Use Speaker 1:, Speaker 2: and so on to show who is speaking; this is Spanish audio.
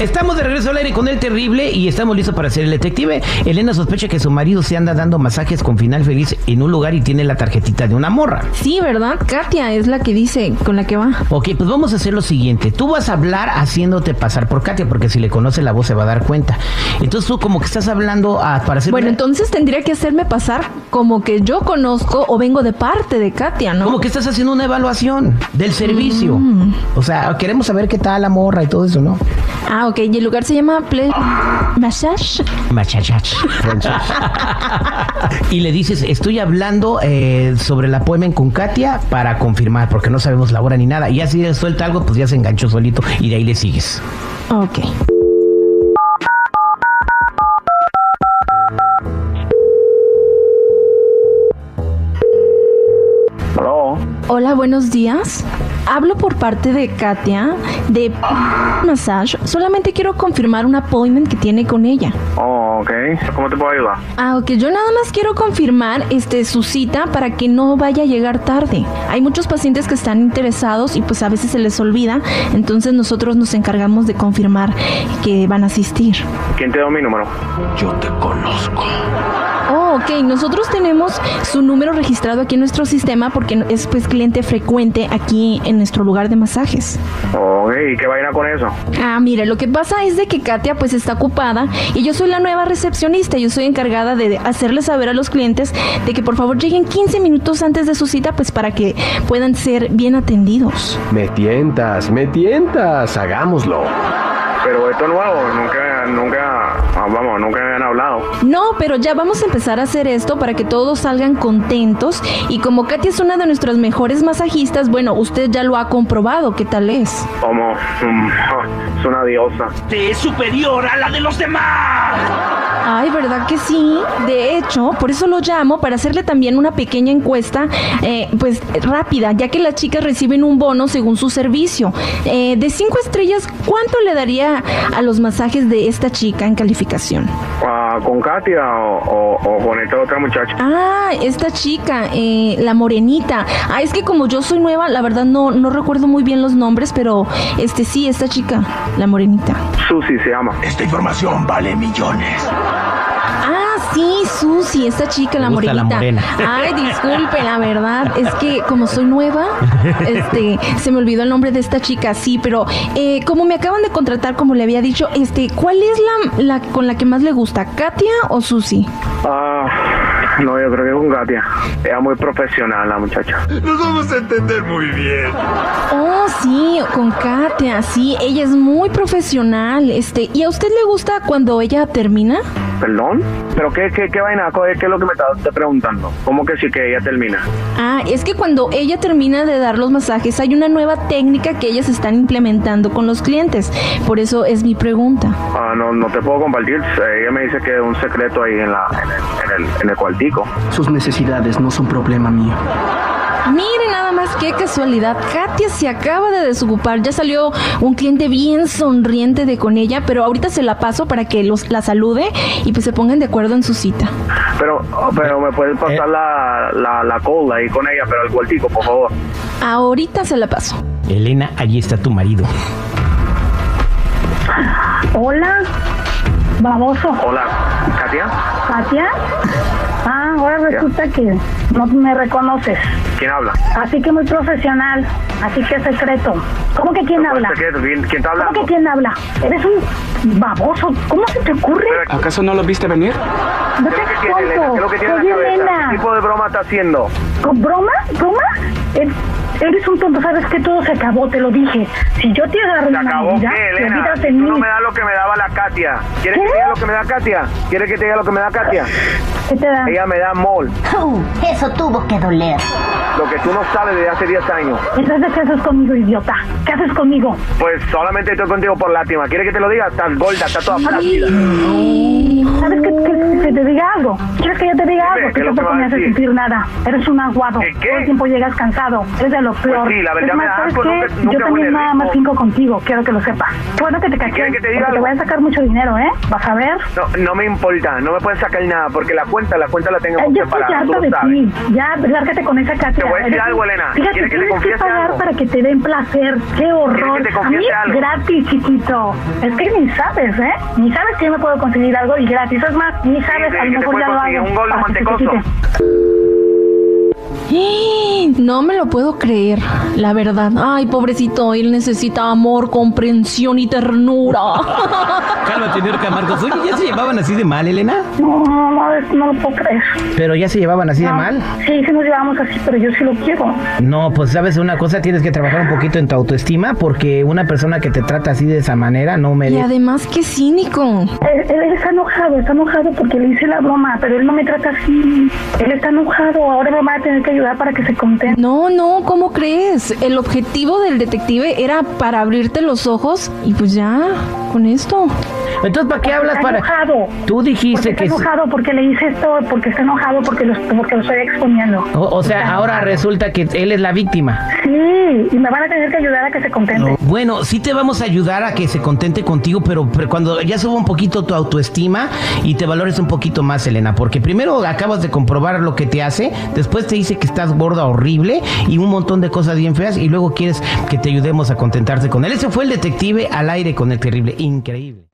Speaker 1: Estamos de regreso al aire con el terrible y estamos listos para ser el detective. Elena sospecha que su marido se anda dando masajes con final feliz en un lugar y tiene la tarjetita de una morra.
Speaker 2: Sí, ¿verdad? Katia es la que dice con la que va.
Speaker 1: Ok, pues vamos a hacer lo siguiente. Tú vas a hablar haciéndote pasar por Katia, porque si le conoce la voz se va a dar cuenta. Entonces tú como que estás hablando a, para hacer...
Speaker 2: Bueno, entonces tendría que hacerme pasar como que yo conozco o vengo de parte de Katia, ¿no?
Speaker 1: Como que estás haciendo una evaluación del servicio.
Speaker 2: Mm.
Speaker 1: O sea, queremos saber qué tal la morra y todo eso, ¿no?
Speaker 2: Ah, ok. Y el lugar se llama Ple... Massage.
Speaker 1: Machachach. y le dices, estoy hablando eh, sobre la poema con Katia para confirmar, porque no sabemos la hora ni nada. Y ya si suelta algo, pues ya se enganchó solito y de ahí le sigues.
Speaker 2: Ok.
Speaker 3: Aló,
Speaker 2: Hola, buenos días. Hablo por parte de Katia de Massage. Solamente quiero confirmar un appointment que tiene con ella.
Speaker 3: oh, ok. ¿Cómo te puedo ayudar?
Speaker 2: Ah, ok. Yo nada más quiero confirmar este su cita para que no vaya a llegar tarde. Hay muchos pacientes que están interesados y pues a veces se les olvida. Entonces nosotros nos encargamos de confirmar que van a asistir.
Speaker 3: ¿Quién te dio mi número?
Speaker 2: Oh, ok. Nosotros tenemos su número registrado aquí en nuestro sistema porque es pues cliente frecuente aquí en nuestro lugar de masajes.
Speaker 3: Ok, ¿y qué vaina con eso?
Speaker 2: Ah, mire, lo que pasa es de que Katia pues está ocupada y yo soy la nueva recepcionista. Yo soy encargada de hacerles saber a los clientes de que por favor lleguen 15 minutos antes de su cita pues para que puedan ser bien atendidos.
Speaker 4: Me tientas, me tientas, hagámoslo.
Speaker 3: Pero esto es nuevo, nunca, nunca, ah, vamos, nunca me han hablado.
Speaker 2: No, pero ya vamos a empezar a hacer esto para que todos salgan contentos y como Katia es una de nuestras mejores masajistas, bueno, usted ya lo ha comprobado, ¿qué tal es?
Speaker 3: Como, mm, es una diosa.
Speaker 1: Te es superior a la de los demás.
Speaker 2: Ay, ¿verdad que sí? De hecho, por eso lo llamo, para hacerle también una pequeña encuesta, eh, pues rápida, ya que las chicas reciben un bono según su servicio. Eh, de cinco estrellas, ¿cuánto le daría a los masajes de esta chica en calificación?
Speaker 3: Ah, ¿Con Katia o, o- o con esta otra muchacha?
Speaker 2: Ah, esta chica, eh, la morenita. Ah, es que como yo soy nueva, la verdad no, no recuerdo muy bien los nombres, pero este sí, esta chica, la morenita.
Speaker 3: Susi se llama.
Speaker 5: Esta información vale millones.
Speaker 2: Ah, sí, Susi, esta chica, la
Speaker 1: Me gusta
Speaker 2: morenita.
Speaker 1: la morena.
Speaker 2: Ay, disculpe, la verdad, es que como soy nueva, este, se me olvidó el nombre de esta chica, sí, pero eh, como me acaban de contratar, como le había dicho, este, ¿cuál es la, la con la que más le gusta, Katia o Susi?
Speaker 3: Ah, no, yo creo que es con Katia. Era muy profesional la muchacha.
Speaker 5: Nos vamos a entender muy bien.
Speaker 2: Oh, sí, con Katia, sí, ella es muy profesional, este, ¿y a usted le gusta cuando ella termina?
Speaker 3: ¿Perdón? ¿Pero qué, qué, qué vaina? ¿Qué es lo que me estás preguntando? ¿Cómo que sí que ella termina?
Speaker 2: Ah, es que cuando ella termina de dar los masajes hay una nueva técnica que ellas están implementando con los clientes. Por eso es mi pregunta.
Speaker 3: Ah, no, no te puedo compartir. Eh, Ella me dice que es un secreto ahí en, la, en, el, en, el, en el cuartico.
Speaker 6: Sus necesidades no son problema mío.
Speaker 2: Miren nada más qué casualidad. Katia se acaba de desocupar. Ya salió un cliente bien sonriente de con ella, pero ahorita se la paso para que los, la salude y pues se pongan de acuerdo en su cita.
Speaker 3: Pero, oh, pero me puedes pasar la, la, la cola ahí con ella, pero al cuartico, por favor.
Speaker 2: Ahorita se la paso.
Speaker 1: Elena, allí está tu marido.
Speaker 7: Hola, baboso,
Speaker 3: Hola, Katia,
Speaker 7: Katia. Ah, ahora resulta que no me reconoces.
Speaker 3: ¿quién habla?
Speaker 7: Así que muy profesional, así que secreto. ¿Cómo que quién habla?
Speaker 3: Secreto, ¿Quién, quién este, está
Speaker 7: ¿Cómo
Speaker 3: hablando?
Speaker 7: que quién habla? Eres un baboso. ¿Cómo se te ocurre?
Speaker 6: ¿Acaso no lo viste venir?
Speaker 7: No
Speaker 3: ¿Qué
Speaker 7: te
Speaker 3: es lo que tiene Elena? ¿Qué es
Speaker 7: escucho.
Speaker 3: lo que tiene en
Speaker 7: Oye,
Speaker 3: la cabeza? ¿Qué
Speaker 7: Elena,
Speaker 3: tipo de broma está haciendo?
Speaker 7: ¿con broma? ¿Broma? Eh, Eres un tonto, sabes que todo se acabó, te lo dije. Si yo te agarro
Speaker 3: Se
Speaker 7: en la
Speaker 3: acabó
Speaker 7: Navidad,
Speaker 3: que
Speaker 7: te
Speaker 3: Elena.
Speaker 7: olvidas de
Speaker 3: Tú
Speaker 7: mí.
Speaker 3: no me das lo que me daba la Katia. ¿Quieres que
Speaker 7: ¿Qué?
Speaker 3: te diga lo que me da Katia? ¿Quieres que te diga lo que me da Katia?
Speaker 7: ¿Qué te da?
Speaker 3: Ella me da mol,
Speaker 8: Uh, eso tuvo que doler.
Speaker 3: lo que tú no sabes desde hace 10 años.
Speaker 7: Estás de Pues, qué haces conmigo, idiota. ¿Qué haces conmigo?
Speaker 3: Pues solamente estoy contigo por lástima. ¿Quieres que te lo diga? Estás gorda, estás toda flácida.
Speaker 7: ¿Sabes que, que, que te diga algo? ¿Quieres que yo te diga
Speaker 3: Dime,
Speaker 7: algo?
Speaker 3: ¿qué
Speaker 7: Que
Speaker 3: es lo que
Speaker 7: tampoco
Speaker 3: me vas
Speaker 7: me
Speaker 3: a
Speaker 7: hace
Speaker 3: decir?
Speaker 7: sentir nada. Eres un aguado.
Speaker 3: ¿Eh, qué? Pues
Speaker 7: Todo el tiempo llegas cansado. Eres de lo peor.
Speaker 3: sí, la verdad
Speaker 7: es
Speaker 3: me
Speaker 7: más,
Speaker 3: da
Speaker 7: ¿sabes
Speaker 3: asco,
Speaker 7: qué?
Speaker 3: nunca- nunca
Speaker 7: yo
Speaker 3: huele
Speaker 7: también nada
Speaker 3: rico.
Speaker 7: más finco contigo. Quiero que lo sepas. Qué bueno que te caché.
Speaker 3: quieres que te diga
Speaker 7: porque
Speaker 3: algo?
Speaker 7: voy a sacar mucho dinero, ¿eh? Vas a ver.
Speaker 3: No, no me importa, no me puedes sacar nada porque la cuenta, la cuenta la
Speaker 7: Ay,
Speaker 3: tengo
Speaker 7: ya estoy
Speaker 3: separada, tú
Speaker 7: harta
Speaker 3: lo
Speaker 7: de
Speaker 3: sabes.
Speaker 7: ti. Ya, lárgate con esa Katia.
Speaker 3: Te voy a decir
Speaker 7: Eres-
Speaker 3: algo, Elena.
Speaker 7: Fíjate,
Speaker 3: ¿Quieres que te
Speaker 7: tienes que
Speaker 3: confiese
Speaker 7: pagar
Speaker 3: algo?
Speaker 7: para que te den placer. Qué horror.
Speaker 3: te
Speaker 7: a mí,
Speaker 3: confiese algo?
Speaker 7: gratis, chiquito. Es que ni sabes, ¿eh? Ni sabes que yo me puedo conseguir algo y gratis. Es más, ni sabes,
Speaker 3: de
Speaker 7: a
Speaker 3: que te
Speaker 7: lo mejor
Speaker 3: puedes
Speaker 7: ya lo
Speaker 3: conseguir
Speaker 7: hago.
Speaker 3: un gol de
Speaker 7: para que te
Speaker 3: mantecoso.
Speaker 7: quite.
Speaker 2: ¡Eh! No me lo puedo creer, la verdad. Ay, pobrecito, él necesita amor, comprensión y ternura.
Speaker 1: Cálmate, Niurka Marcos. Oye, ¿ya se llevaban así de mal, Elena?
Speaker 7: No, no, no, es- no lo puedo creer.
Speaker 1: ¿Pero ya se llevaban así de
Speaker 7: No.
Speaker 1: mal?
Speaker 7: Sí, sí nos llevamos así, pero yo sí lo quiero.
Speaker 1: No, pues sabes una cosa, tienes que trabajar un poquito en tu autoestima porque una persona que te trata así de esa manera no
Speaker 2: y
Speaker 1: merece.
Speaker 2: además, qué cínico.
Speaker 7: Él, él está enojado, está enojado porque le hice la broma, pero él no me trata así. Él está enojado, ahora me va a tener que ayudar para que se contente.
Speaker 2: No, no, ¿cómo crees? El objetivo del detective era para abrirte los ojos y pues ya, con esto.
Speaker 1: Entonces, ¿para qué hablas
Speaker 7: Está
Speaker 1: para...?
Speaker 7: enojado.
Speaker 1: Tú
Speaker 7: Porque
Speaker 1: dijiste
Speaker 7: está
Speaker 1: que...
Speaker 7: enojado porque le hice esto, porque está enojado porque lo, porque lo estoy exponiendo.
Speaker 1: O, o sea, ahora resulta que él es la víctima.
Speaker 7: Sí, y me van a tener que ayudar a que se contente.
Speaker 1: Bueno, sí te vamos a ayudar a que se contente contigo, pero, pero cuando ya suba un poquito tu autoestima y te valores un poquito más, Elena, porque primero acabas de comprobar lo que te hace, después te dice que estás gorda, horrible y un montón de cosas bien feas y luego quieres que te ayudemos a contentarte con él. Ese fue el detective al aire con el terrible, increíble.